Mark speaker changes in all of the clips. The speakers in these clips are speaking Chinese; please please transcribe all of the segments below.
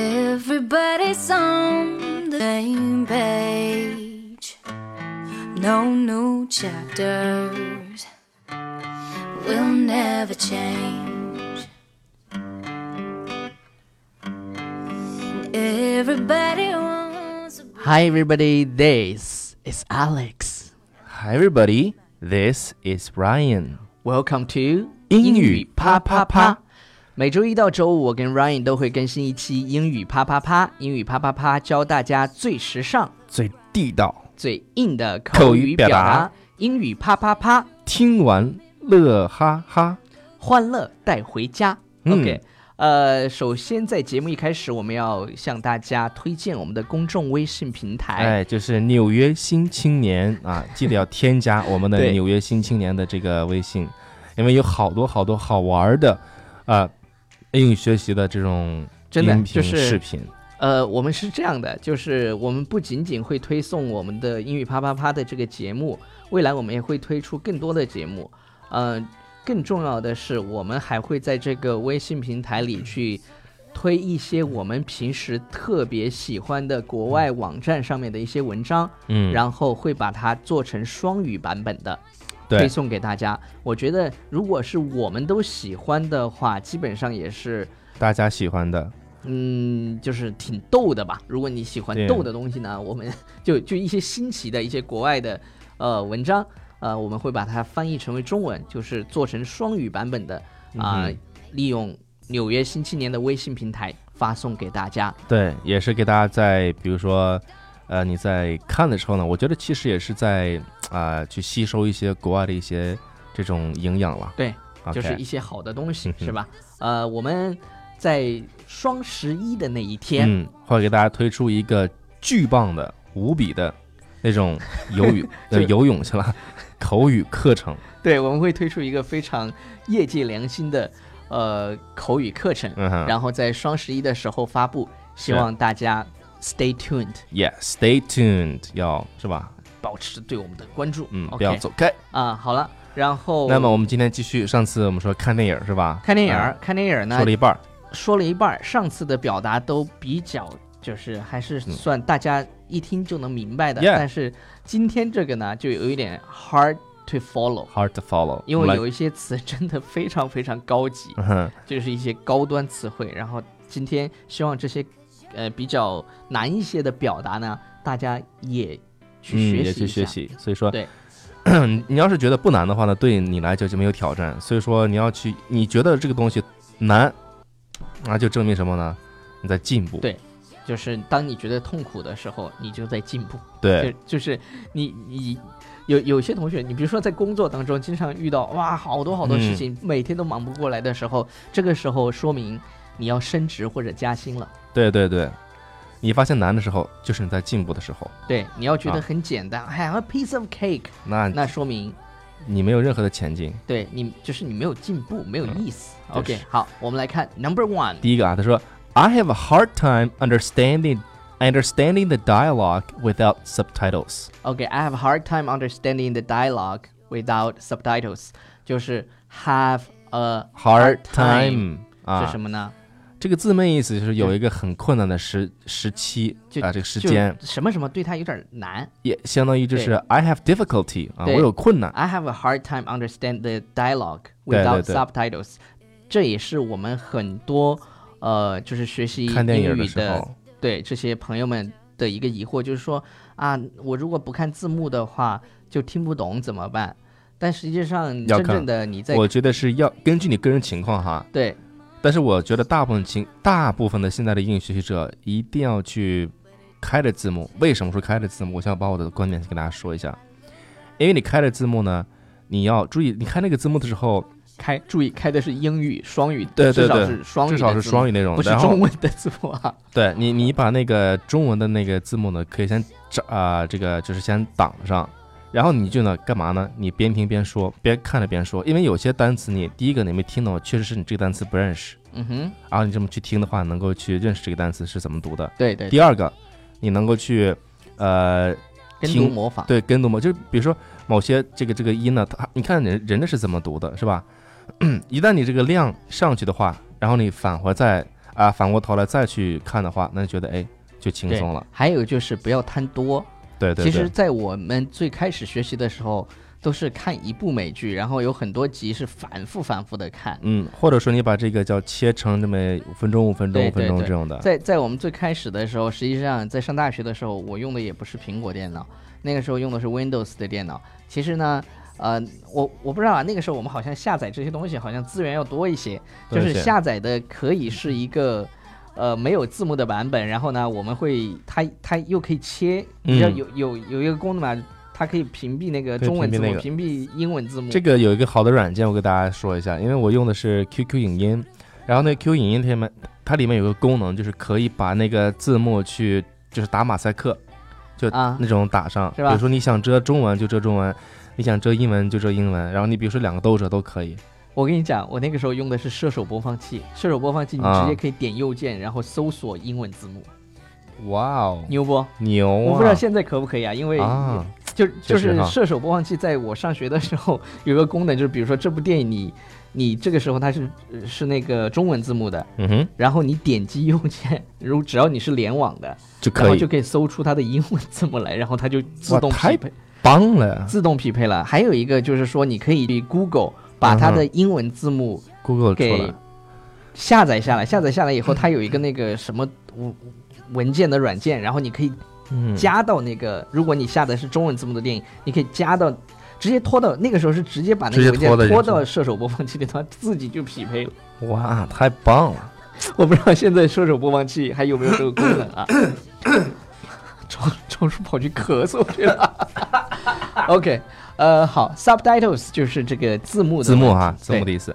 Speaker 1: Everybody's on the same page. No new chapters. We'll never change. Everybody wants a
Speaker 2: Hi, everybody. This is Alex.
Speaker 3: Hi everybody, this is Ryan。
Speaker 2: Welcome to
Speaker 3: 英语啪啪啪。
Speaker 2: 每周一到周五，我跟 Ryan 都会更新一期英语啪啪啪。英语啪啪啪教大家最时尚、
Speaker 3: 最地道，
Speaker 2: 最硬的
Speaker 3: 口
Speaker 2: 语
Speaker 3: 语
Speaker 2: 表
Speaker 3: 表达
Speaker 2: 英语啪啪啪，
Speaker 3: 听完乐哈哈。
Speaker 2: 欢乐带回家。
Speaker 3: 嗯
Speaker 2: OK，呃，首先在节目一开始，我们要向大家推荐我们的公众微信平台。
Speaker 3: 哎，就是纽约新青年啊，记得要添加我们的
Speaker 2: 对
Speaker 3: 纽约新青年的这个微信，因为有好多好多好玩儿的啊、呃英语学习的这种
Speaker 2: 真的
Speaker 3: 音频、
Speaker 2: 就是
Speaker 3: 视频。
Speaker 2: 呃，我们是这样的，就是我们不仅仅会推送我们的英语啪啪啪的这个节目，未来我们也会推出更多的节目。呃，更重要的是，我们还会在这个微信平台里去推一些我们平时特别喜欢的国外网站上面的一些文章，
Speaker 3: 嗯，
Speaker 2: 然后会把它做成双语版本的。推
Speaker 3: 对，
Speaker 2: 送给大家，我觉得如果是我们都喜欢的话，基本上也是
Speaker 3: 大家喜欢的，
Speaker 2: 嗯，就是挺逗的吧。如果你喜欢
Speaker 3: 对
Speaker 2: 逗的东西呢，我们 就就一些新奇的一些国外的呃文章，呃，我们会把它翻译成为中文，就是做成双语版本的啊、
Speaker 3: 嗯哼
Speaker 2: 利用纽约新青年的微信平台发送给大家。
Speaker 3: 对，也是给大家在比如说，呃，你在看的时候呢，我觉得其实也是在啊、去吸收一些国外的一些这种营养了。
Speaker 2: 对，
Speaker 3: OK，
Speaker 2: 就是一些好的东西
Speaker 3: 嗯，哼
Speaker 2: 是吧？呃，我们在双十一的那一天，
Speaker 3: 嗯，会给大家推出一个巨棒的、无比的那种游 泳呃
Speaker 2: 就
Speaker 3: 游泳去了口语课程。
Speaker 2: 对，我们会推出一个非常业界良心的呃口语课程。
Speaker 3: 嗯哼
Speaker 2: 然后在双十一的时候发布，希望大家 stay tuned，
Speaker 3: ，Yeah，stay tuned，要是吧？
Speaker 2: 保持对我们的关注。
Speaker 3: 嗯
Speaker 2: o k
Speaker 3: 不要走开。
Speaker 2: 啊、好了，然后
Speaker 3: 那么我们今天继续，上次我们说看电影是
Speaker 2: 哦
Speaker 3: 吧？
Speaker 2: 看电影儿
Speaker 3: 嗯，
Speaker 2: 看电影儿呢
Speaker 3: 说了一半儿，
Speaker 2: 说了一半儿，上次的表达都比较就是还是算大家一听就能明白的，
Speaker 3: 嗯 Yeah
Speaker 2: 但是今天这个呢就有一点 hard to follow。
Speaker 3: ，hard to follow，
Speaker 2: 因
Speaker 3: 我
Speaker 2: 为
Speaker 3: 们来
Speaker 2: 有一些词真的非常非常高级，
Speaker 3: 嗯哼
Speaker 2: 就是一些高端词汇。然后今天希望这些呃比较难一些的表达呢，大家也去
Speaker 3: 嗯，
Speaker 2: 学习一下。
Speaker 3: 也去学习。所以说，
Speaker 2: 对
Speaker 3: 你要是觉得不难的话呢，对你来讲就没有挑战。所以说，你要去，你觉得这个东西难，那就证明什么呢？你在进步。
Speaker 2: 对就是当你觉得痛苦的时候，你就在进步。
Speaker 3: 对，
Speaker 2: 就就是你你有有些同学，你比如说在工作当中经常遇到哇好多好多事
Speaker 3: 嗯
Speaker 2: 情，每天都忙不过来的时候，这个时候说明你要升职或者加薪了。
Speaker 3: 对对对，你发现难的时候，就是你在进步的时候。
Speaker 2: 对，你要觉得
Speaker 3: 啊
Speaker 2: 很简单，哎、a piece of cake，
Speaker 3: 那
Speaker 2: 那说明
Speaker 3: 你没有任何的前进。
Speaker 2: 对你就是你没有进步，没有意思。
Speaker 3: 嗯对
Speaker 2: OK，
Speaker 3: 是
Speaker 2: 好，我们来看 number one，
Speaker 3: 第一个啊，他说，I have a hard time understanding understanding the dialogue without subtitles。
Speaker 2: Okay, I have a hard time understanding the dialogue without subtitles. 就是 have a
Speaker 3: Hard
Speaker 2: time
Speaker 3: time 啊
Speaker 2: 是，什么呢？
Speaker 3: 这个字面意思就是有一个很困难的时时期
Speaker 2: 就
Speaker 3: 啊，这个时
Speaker 2: 就
Speaker 3: 间。
Speaker 2: 什么什么对他有点难。
Speaker 3: 也相当于就是
Speaker 2: 对
Speaker 3: I have difficulty 啊，我
Speaker 2: 对
Speaker 3: 有困难。
Speaker 2: I have a hard time understand the dialogue
Speaker 3: 对对
Speaker 2: without
Speaker 3: 对
Speaker 2: subtitles. 这也是我们很多呃，就是学习
Speaker 3: 看电
Speaker 2: 英
Speaker 3: 影
Speaker 2: 语
Speaker 3: 时
Speaker 2: 的
Speaker 3: 候，
Speaker 2: 对这些朋友们的一个疑惑，就是说啊，我如果不看字幕的话，就听不懂怎么办？但实际上，
Speaker 3: 要
Speaker 2: 真
Speaker 3: 看
Speaker 2: 正的你在
Speaker 3: 我觉得是要根据你个人情况哈。
Speaker 2: 对
Speaker 3: 但是我觉得大部分情大部分的现在的英语学习者一定要去开着字幕。为什么说开着字幕？我想把我的观点先给大家说一下，因为你开着字幕呢，你要注意，你看那个字幕的时候，
Speaker 2: 开，注意开的是英语双语，
Speaker 3: 对对
Speaker 2: 至少
Speaker 3: 对
Speaker 2: 是双语，
Speaker 3: 至少是双
Speaker 2: 语，
Speaker 3: 语那种，
Speaker 2: 不是
Speaker 3: 然后
Speaker 2: 中文的字幕 啊。
Speaker 3: 对你，你把那个中文的那个字幕呢，可以先找啊、这个就是先挡上，然后你就呢干嘛呢？你边听边说，边看着边说，因为有些单词你第一个你没听懂，确实是你这个单词不认识，
Speaker 2: 嗯哼，
Speaker 3: 然后你这么去听的话，能够去认识这个单词是怎么读的。
Speaker 2: 对对，
Speaker 3: 第二个，你能够去呃
Speaker 2: 跟
Speaker 3: 听
Speaker 2: 读模仿，
Speaker 3: 对跟读嘛，就是比如说某些这个这个音呢，它你看人人 家是怎么读的，是吧？一旦你这个量上去的话，然后你返回在啊，反过头来再去看的话，那就觉得哎，就轻松了。
Speaker 2: 还有就是不要贪多。
Speaker 3: 对对
Speaker 2: 其
Speaker 3: 对，
Speaker 2: 实，在我们最开始学习的时候，都是看一部美剧，然后有很多集是反复反复的看。
Speaker 3: 嗯，或者说你把这个叫切成这么五分钟、五分钟、
Speaker 2: 对
Speaker 3: 五分
Speaker 2: 对
Speaker 3: 钟
Speaker 2: 对
Speaker 3: 这种的，
Speaker 2: 在在我们最开始的时候，实际上在上大学的时候，我用的也不是苹果电脑，那个时候用的是 Windows 的电脑。其实呢，呃，我我不知道啊，那个时候我们好像下载这些东西，好像资源要多一些，
Speaker 3: 多
Speaker 2: 就
Speaker 3: 一
Speaker 2: 是
Speaker 3: 些
Speaker 2: 下载的可以是一个。呃，没有字幕的版本，然后呢，我们会它它又可以切，
Speaker 3: 嗯
Speaker 2: 比较有有有一个功能嘛，它可以屏蔽那个
Speaker 3: 对
Speaker 2: 中文字
Speaker 3: 屏蔽那
Speaker 2: 幕，
Speaker 3: 个
Speaker 2: 屏蔽英文字幕。
Speaker 3: 这个有一个好的软件，我给大家说一下，因为我用的是 QQ 影音，然后那 QQ 影音它里面它里面有个功能，就是可以把那个字幕去就是打马赛克，就
Speaker 2: 啊
Speaker 3: 那种打上，
Speaker 2: 是吧
Speaker 3: 比如说你想遮中文就遮中文，你想遮英文就遮英文，然后你比如说两个都遮都可以。
Speaker 2: 我跟你讲，我那个时候用的是射手播放器，射手播放器你
Speaker 3: 啊
Speaker 2: 直接可以点右键，然后搜索英文字幕，
Speaker 3: 哇哦，
Speaker 2: 牛不？
Speaker 3: 牛啊！
Speaker 2: 我不知道现在可不可以啊，因为
Speaker 3: 啊，
Speaker 2: 就就
Speaker 3: 确实
Speaker 2: 是
Speaker 3: 哈
Speaker 2: 射手播放器，在我上学的时候有个功能，就是比如说这部电影你你这个时候它是呃是那个中文字幕的，
Speaker 3: 嗯哼，
Speaker 2: 然后你点击右键，如只要你是联网的，
Speaker 3: 就
Speaker 2: 然
Speaker 3: 可
Speaker 2: 后
Speaker 3: 以
Speaker 2: 就，可以搜出它的英文字幕来，然后它就自
Speaker 3: 哇
Speaker 2: 动
Speaker 3: 太
Speaker 2: 匹配
Speaker 3: 棒了
Speaker 2: 自动匹配了。还有一个就是说，你可以去 Google 把它
Speaker 3: 嗯
Speaker 2: 的英文字幕
Speaker 3: ，Google 出
Speaker 2: 给
Speaker 3: 来，
Speaker 2: 下载下来，下载下来以后，它有一个那个什么文文件的软件，然后你可以
Speaker 3: 嗯，
Speaker 2: 加到那个，如果你下的是中文字幕的电影，你可以加到，直接拖到那个时候是直接把那
Speaker 3: 直接
Speaker 2: 个文件
Speaker 3: 拖
Speaker 2: 拖
Speaker 3: 到进去
Speaker 2: 到射手播放器里，它自己就匹配 了。
Speaker 3: 哇，太棒了！
Speaker 2: 我不知道现在射手播放器还有没有这个功能啊？超超叔跑去咳嗽去了。OK，呃，好，subtitles 就是这个字幕的啊
Speaker 3: 字幕
Speaker 2: 问
Speaker 3: 哈，
Speaker 2: 题
Speaker 3: 字幕的
Speaker 2: 对
Speaker 3: 意思。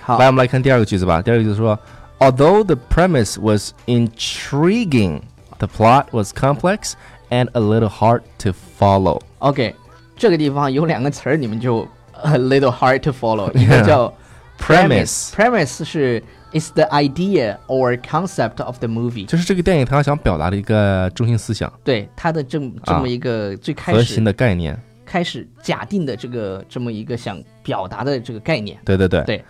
Speaker 2: 好
Speaker 3: 来，我们来看第二个句子吧。第二个句子说，Although the premise was intriguing, the plot was complex and a little hard to follow。
Speaker 2: OK，这个地方有两个词儿，你们就 a little hard to follow，一个叫
Speaker 3: Premise
Speaker 2: premise 是 is the idea or concept of the movie，
Speaker 3: 就是这个电影它想表达的一个中心思想、
Speaker 2: 对它的这么这么一个最开
Speaker 3: 啊核
Speaker 2: 始
Speaker 3: 心的概念。
Speaker 2: 开始假定的这个这么一个想表达的这个概念
Speaker 3: 对对对。
Speaker 2: 对。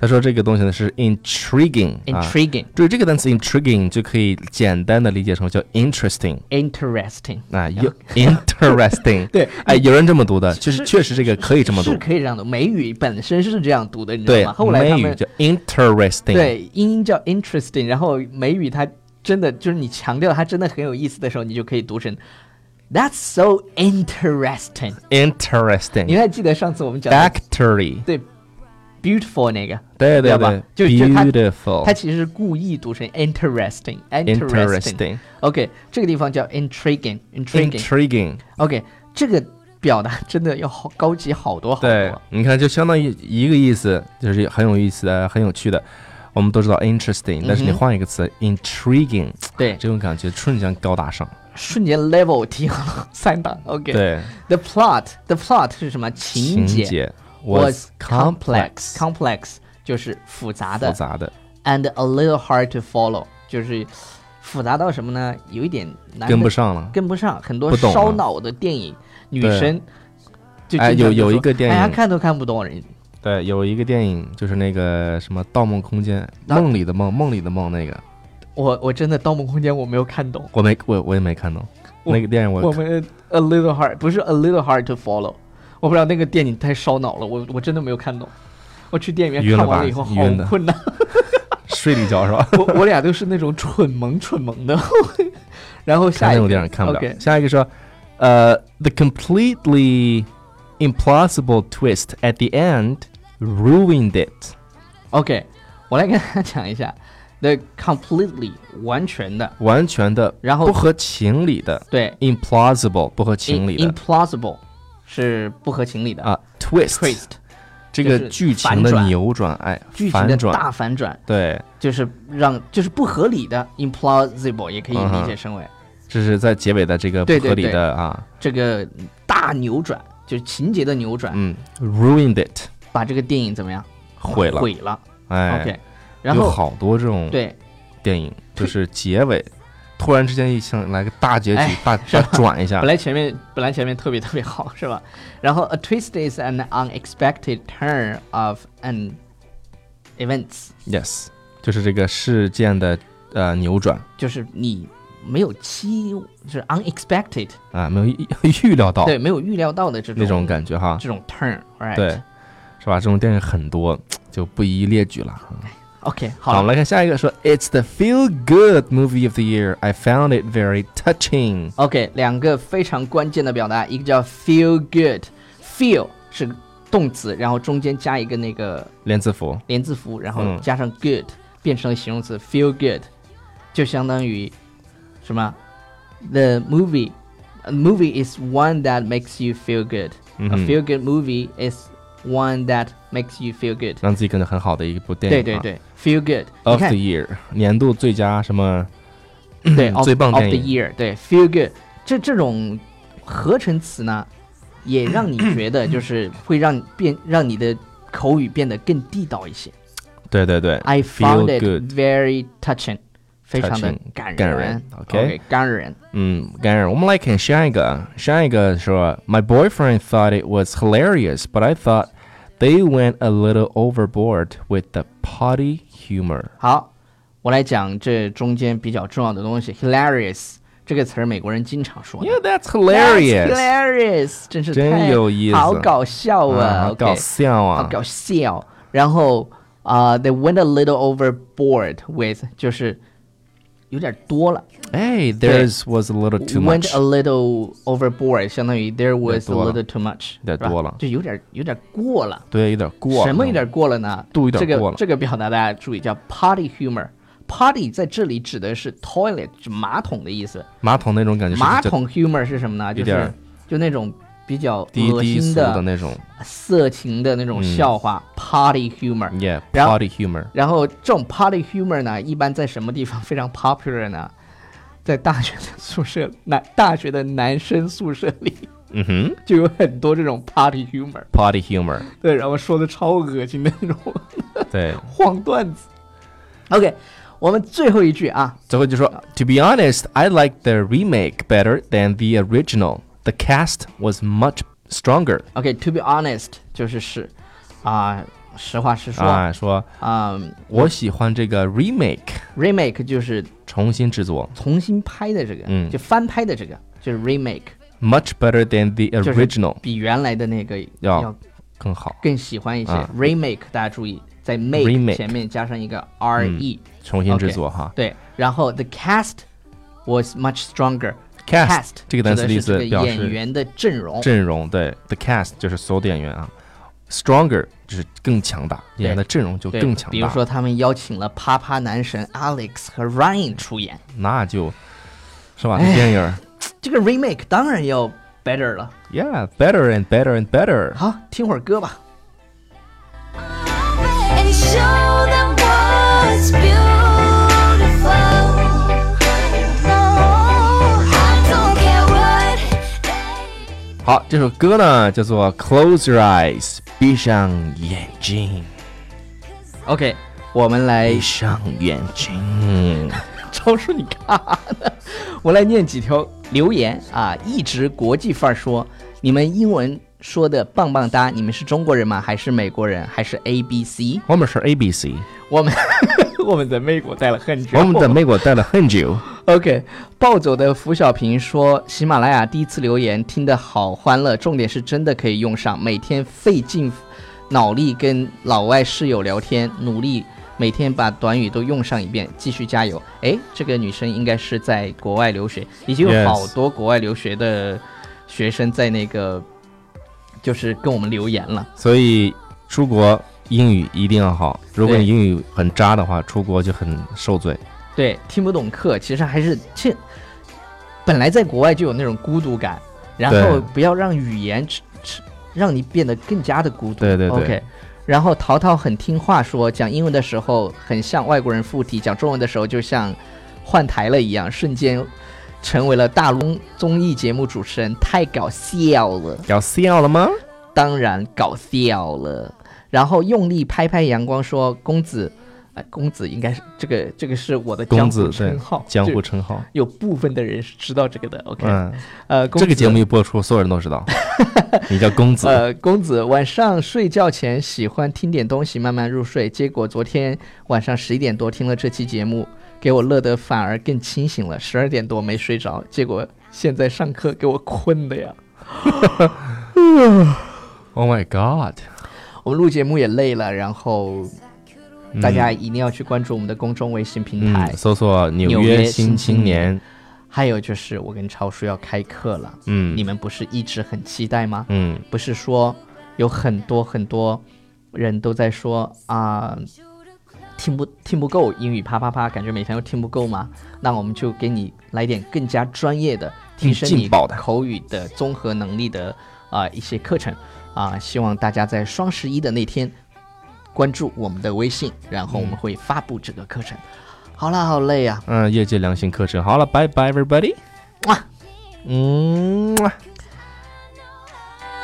Speaker 3: 他说这个东西呢是 intriguing 啊，
Speaker 2: ，intriguing、
Speaker 3: 注意这个单词 intriguing 就可以简单的理解成叫 interesting
Speaker 2: interesting，
Speaker 3: 啊，有 interesting。
Speaker 2: 对，
Speaker 3: 哎，有人这么读的，就是
Speaker 2: 是
Speaker 3: 确实这个可以这么读
Speaker 2: 是。可以这样读，美语本身是这样读的，你知
Speaker 3: 对，
Speaker 2: 道吗？后来他
Speaker 3: 美语
Speaker 2: 们
Speaker 3: 叫 interesting。
Speaker 2: 对英音叫 interesting，然后美语它真的就是你强调它真的很有意思的时候，你就可以读成 That's so interesting。你
Speaker 3: interesting。
Speaker 2: 还记得上次我们讲的
Speaker 3: Factory，
Speaker 2: 对 beautiful 那个，
Speaker 3: 对
Speaker 2: 对
Speaker 3: 对
Speaker 2: 吧
Speaker 3: 对，
Speaker 2: 就就它
Speaker 3: beautiful，
Speaker 2: 它其实是故意读成 interesting interesting。
Speaker 3: interesting
Speaker 2: OK，这个地方叫 intriguing intriguing。
Speaker 3: intriguing，
Speaker 2: OK，这个表达真的要好高级好多好
Speaker 3: 对
Speaker 2: 多。，
Speaker 3: 你看就相当于一个意思，就是很有意思的，很有趣的。我们都知道 interesting，但是你
Speaker 2: 嗯哼
Speaker 3: 换一个词 intriguing，
Speaker 2: 对，
Speaker 3: 这种感觉瞬间高大上。
Speaker 2: 瞬间 level 提高了三档。OK，
Speaker 3: 对，
Speaker 2: The plot, the plot 是什么？
Speaker 3: 情
Speaker 2: 情节
Speaker 3: 节
Speaker 2: was complex,
Speaker 3: complex，
Speaker 2: complex 就是复杂
Speaker 3: 复
Speaker 2: 的
Speaker 3: 杂的，
Speaker 2: ，and a little hard to follow 就是复杂到什么呢？有一点难
Speaker 3: 跟
Speaker 2: 得
Speaker 3: 不上了。
Speaker 2: 跟不上，很多
Speaker 3: 不懂了
Speaker 2: 烧脑的电影，女
Speaker 3: 对
Speaker 2: 生就
Speaker 3: 哎
Speaker 2: 经常就
Speaker 3: 有有
Speaker 2: 说
Speaker 3: 一个电
Speaker 2: 哎呀
Speaker 3: 影
Speaker 2: 看都看不懂人，
Speaker 3: 对，有一个电影就是那个什么《盗梦空间》，
Speaker 2: 那
Speaker 3: 梦里的梦，梦里的梦那个，
Speaker 2: 我我真的《盗梦空间》我没有看懂，
Speaker 3: 我没我我也没看懂
Speaker 2: 我
Speaker 3: 那个电影
Speaker 2: 我 们 a little hard 不是 a little hard to follow，我不知道那个电影太烧脑了，我我真的没有看懂。我去电影
Speaker 3: 晕
Speaker 2: 院
Speaker 3: 了
Speaker 2: 看完
Speaker 3: 吧
Speaker 2: 了以后，好
Speaker 3: 晕的
Speaker 2: 困难。
Speaker 3: 睡了一觉 是吧？
Speaker 2: 我我俩都是那种蠢萌蠢萌的，然后
Speaker 3: 看
Speaker 2: 下
Speaker 3: 那
Speaker 2: 一
Speaker 3: 种
Speaker 2: 个
Speaker 3: 电影看不了。
Speaker 2: OK，
Speaker 3: 下一个说，呃，the completely implausible twist at the end ruined it。
Speaker 2: OK，我来跟大家讲一下，the completely 完全的，
Speaker 3: 完全的，
Speaker 2: 然后
Speaker 3: 不合情理的
Speaker 2: 对
Speaker 3: ，implausible 不合情理
Speaker 2: i
Speaker 3: 的
Speaker 2: implausible 是不合情理的
Speaker 3: 啊，twist
Speaker 2: ，twist
Speaker 3: 这
Speaker 2: 就
Speaker 3: 个
Speaker 2: 是
Speaker 3: 剧情
Speaker 2: 反
Speaker 3: 的
Speaker 2: 转
Speaker 3: 扭转，哎，
Speaker 2: 剧情的
Speaker 3: 反转，
Speaker 2: 大反转，
Speaker 3: 对，
Speaker 2: 就是让就是不合理的 implausible 也可以
Speaker 3: 嗯哼
Speaker 2: 理解成为、
Speaker 3: 这是在结尾的这个不
Speaker 2: 对对
Speaker 3: 合理
Speaker 2: 对
Speaker 3: 的啊，
Speaker 2: 这个大扭转，就是情节的扭转，
Speaker 3: 嗯，ruined it
Speaker 2: 把这个电影怎么样
Speaker 3: 毁了，
Speaker 2: 毁了
Speaker 3: 哎，
Speaker 2: ，OK，然
Speaker 3: 有
Speaker 2: 后
Speaker 3: 好多这种
Speaker 2: 对
Speaker 3: 电 影，就
Speaker 2: 推
Speaker 3: 是结尾突然之间一想来个大结局
Speaker 2: 哎，
Speaker 3: 大
Speaker 2: 是
Speaker 3: 大
Speaker 2: 吧
Speaker 3: 转一下
Speaker 2: 本，来前面本来前面特别特别好，是吧？然后 a twist is an unexpected turn of an events，
Speaker 3: Yes，就是这个事件的呃扭转
Speaker 2: 就是你没有期，就是 unexpected，
Speaker 3: 啊、没有预预料到
Speaker 2: 对，没有预料到的这种
Speaker 3: 哦那种感觉哈，
Speaker 2: 这种 turn，right？
Speaker 3: 对，是吧？这种电影很多，就不一一列举了。
Speaker 2: ，OK，
Speaker 3: 好，我
Speaker 2: 好
Speaker 3: 们
Speaker 2: 了，
Speaker 3: 来看下一个，说 It's the feel good movie of the year. I found it very touching.
Speaker 2: OK，两个非常关键的表达，一个叫 feel good，feel 是动词，然后中间加一个那个
Speaker 3: 连字符，
Speaker 2: 连字符，然后
Speaker 3: 嗯
Speaker 2: 加上 good，、变成了形容词 feel good，就相当于什么？The movie a movie is one that makes you feel good、
Speaker 3: 嗯
Speaker 2: A
Speaker 3: 哼
Speaker 2: feel good movie is one that makes you feel good。
Speaker 3: 让自己感觉很好的一部电影
Speaker 2: 对
Speaker 3: 啊。
Speaker 2: 对对，feel good。你
Speaker 3: Of the
Speaker 2: 看，
Speaker 3: year，年度最佳什么？
Speaker 2: 对 of-
Speaker 3: 最棒
Speaker 2: of
Speaker 3: 电
Speaker 2: the
Speaker 3: 影。
Speaker 2: year，对 feel good。这这种合成词呢，也让你觉得就是会让你变让你的口语变得更地道一些。
Speaker 3: 对对对
Speaker 2: I
Speaker 3: ，feel
Speaker 2: found it
Speaker 3: good。
Speaker 2: very touching，非常的
Speaker 3: Touching，
Speaker 2: 感人。
Speaker 3: 感人
Speaker 2: OK，,
Speaker 3: ，OK
Speaker 2: 感人。
Speaker 3: 嗯，感人。我们来看下一个，下一个说，My boyfriend thought it was hilarious, but I thought they went a little overboard with the potty humor。
Speaker 2: 好，我来讲这中间比较重要的东西。Hilarious 这个词儿，美国人经常说的。
Speaker 3: Yeah,
Speaker 2: That's
Speaker 3: that's hilarious。
Speaker 2: hilarious，真是
Speaker 3: 真
Speaker 2: 太
Speaker 3: 有意思
Speaker 2: 好搞笑啊！
Speaker 3: 啊，好
Speaker 2: OK
Speaker 3: 搞笑
Speaker 2: 好
Speaker 3: 啊！
Speaker 2: 搞笑。然后啊、t h e y went a little overboard with 就是有点多了。
Speaker 3: 哎，theirs was a little too
Speaker 2: went
Speaker 3: much
Speaker 2: a。little overboard，相当于 there was a
Speaker 3: 多了
Speaker 2: little too much，
Speaker 3: 有点
Speaker 2: 是吧
Speaker 3: 多了
Speaker 2: 就有点有点过了。
Speaker 3: 对，有点过。
Speaker 2: 什么有点？过了呢？
Speaker 3: 度有点
Speaker 2: 这
Speaker 3: 过
Speaker 2: 个
Speaker 3: 了
Speaker 2: 这个表达大家注意，叫 potty humor。potty 在这里指的是 toilet，指马桶的意思。
Speaker 3: 马桶那种感觉是比较
Speaker 2: 马桶 humor 是什么呢？就
Speaker 3: 有点
Speaker 2: 是
Speaker 3: 儿
Speaker 2: 就那种比较
Speaker 3: 低
Speaker 2: 恶
Speaker 3: 低
Speaker 2: 心
Speaker 3: 俗的那种。嗯
Speaker 2: 色情的那种笑话、potty humor。
Speaker 3: Yeah,
Speaker 2: 然后
Speaker 3: potty humor。
Speaker 2: 然后这种 potty humor 呢，一般在什么地方非常 popular 呢？在大学的宿舍，男大学的男生宿舍里
Speaker 3: 嗯哼
Speaker 2: 就有很多这种 potty humor，
Speaker 3: ，potty humor。
Speaker 2: 对，然后说的超恶心的那种。
Speaker 3: 对，
Speaker 2: 晃段子。OK，我们最后一句啊，
Speaker 3: 最后就说，To be honest, I like the remake better than the original. The cast was much stronger.
Speaker 2: OK，to、be honest，就是是啊、实话实说啊、
Speaker 3: 啊，说
Speaker 2: 嗯
Speaker 3: 我喜欢这个 remake，
Speaker 2: remake 就是
Speaker 3: 重新制作
Speaker 2: 重新拍的这个，
Speaker 3: 嗯
Speaker 2: 就翻拍的这个，就是 remake，
Speaker 3: ，much better than the
Speaker 2: 就是
Speaker 3: original，
Speaker 2: 比原来的那个
Speaker 3: 要
Speaker 2: 要
Speaker 3: 更好，
Speaker 2: 更喜欢一些。
Speaker 3: 啊
Speaker 2: remake 大家注意，在 make
Speaker 3: Remake 嗯
Speaker 2: 前面加上一个 re，、
Speaker 3: 重新制
Speaker 2: OK
Speaker 3: 作哈。
Speaker 2: 对，然后 the cast was much stronger。
Speaker 3: Cast，这
Speaker 2: 指
Speaker 3: 个单
Speaker 2: 的
Speaker 3: 词的意
Speaker 2: 是这
Speaker 3: 思
Speaker 2: 个
Speaker 3: 表
Speaker 2: 演
Speaker 3: 示
Speaker 2: 员的阵容，
Speaker 3: 阵容对，the cast 就是所有的演员啊，stronger 就是更强大，演员的阵容就
Speaker 2: 对
Speaker 3: 更强大。
Speaker 2: 比如说，他们邀请了啪啪男神 Alex 和 Ryan 出演，
Speaker 3: 那就，是吧？这 电影
Speaker 2: 这个 remake 当然要 better 了。
Speaker 3: ，yeah better and better and better。
Speaker 2: 好，听会儿歌吧。
Speaker 1: And show them what's beautiful. No, I don't care what they
Speaker 3: 好，这首歌呢叫做 Close Your Eyes，闭上眼睛，
Speaker 2: OK，我们来
Speaker 3: 闭上眼睛。
Speaker 2: 超叔，你干啥呢？ 我来念几条留言啊，一直国际范儿说，你们英文说的棒棒哒，你们是中国人吗？还是美国人？还是 A B C？
Speaker 3: 我们是 A B C，
Speaker 2: 我们 我们在美国待了很久，
Speaker 3: 我们在美国待了很久。
Speaker 2: OK，暴走的胡小平说，喜马拉雅第一次留言，听得好欢乐，重点是真的可以用上，每天费尽脑力跟老外室友聊天，努力每天把短语都用上一遍，继续加油。哎，这个女生应该是在国外留学，已经有
Speaker 3: Yes
Speaker 2: 好多国外留学的学生在那个，就是跟我们留言了。
Speaker 3: 所以出国英语一定要好。如果
Speaker 2: 对
Speaker 3: 你英语很渣的话，出国就很受罪。
Speaker 2: 对，听不懂课，其实还是这本来在国外就有那种孤独感，然后
Speaker 3: 对
Speaker 2: 不要让语言吃吃让你变得更加的孤独。
Speaker 3: 对对对
Speaker 2: OK，然后淘淘很听话说，讲英文的时候很像外国人附体，讲中文的时候就像换台了一样，瞬间成为了大陆综艺节目主持人，太搞笑了。
Speaker 3: 要笑了吗？
Speaker 2: 当然搞笑了。然后用力拍拍阳光说：“公子，呃，公子应该是这个，这个是我的江
Speaker 3: 公
Speaker 2: 湖
Speaker 3: 子
Speaker 2: 称号，
Speaker 3: 江湖
Speaker 2: 就
Speaker 3: 称号。
Speaker 2: 有部分的人是知道这个的。OK，、
Speaker 3: 嗯，
Speaker 2: 呃，公
Speaker 3: 这个
Speaker 2: 子
Speaker 3: 节目一播出，所有人都 知道。你叫公子，
Speaker 2: 呃，公子晚上睡觉前喜欢听点东西慢慢入睡，结果昨天晚上十一点多听了这期节目，给我乐得反而更清醒了。十二点多没睡着，结果现在上课给我困的呀。
Speaker 3: Oh my god！
Speaker 2: 我们录节目也累了，然后
Speaker 3: 嗯
Speaker 2: 大家一定要去关注我们的公众微信平台
Speaker 3: 嗯，。搜索纽
Speaker 2: 纽约新
Speaker 3: 新青
Speaker 2: 青
Speaker 3: 年，
Speaker 2: 还有就是，我跟超叔要开课了，
Speaker 3: 嗯，
Speaker 2: 你们不是一直很期待吗？
Speaker 3: 嗯
Speaker 2: 不是说有很多很多人都在说啊、听不听不够英语啪啪啪，感觉每天都听不够吗？那我们就给你来点更加专业的，提升
Speaker 3: 劲
Speaker 2: 你
Speaker 3: 爆的
Speaker 2: 口语的综合能力的啊、一些课程啊、希望大家在双十一的那天关注我们的微信，然后我们会发布这个课程。好啦，好累啊呀、
Speaker 3: 嗯，业界良心课程。好了，拜拜，everybody。
Speaker 2: 哇
Speaker 3: 嗯。哇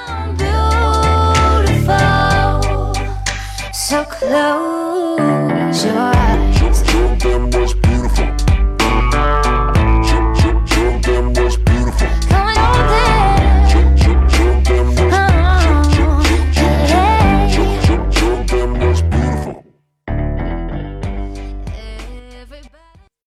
Speaker 1: I'm beautiful, so close. Uh-huh.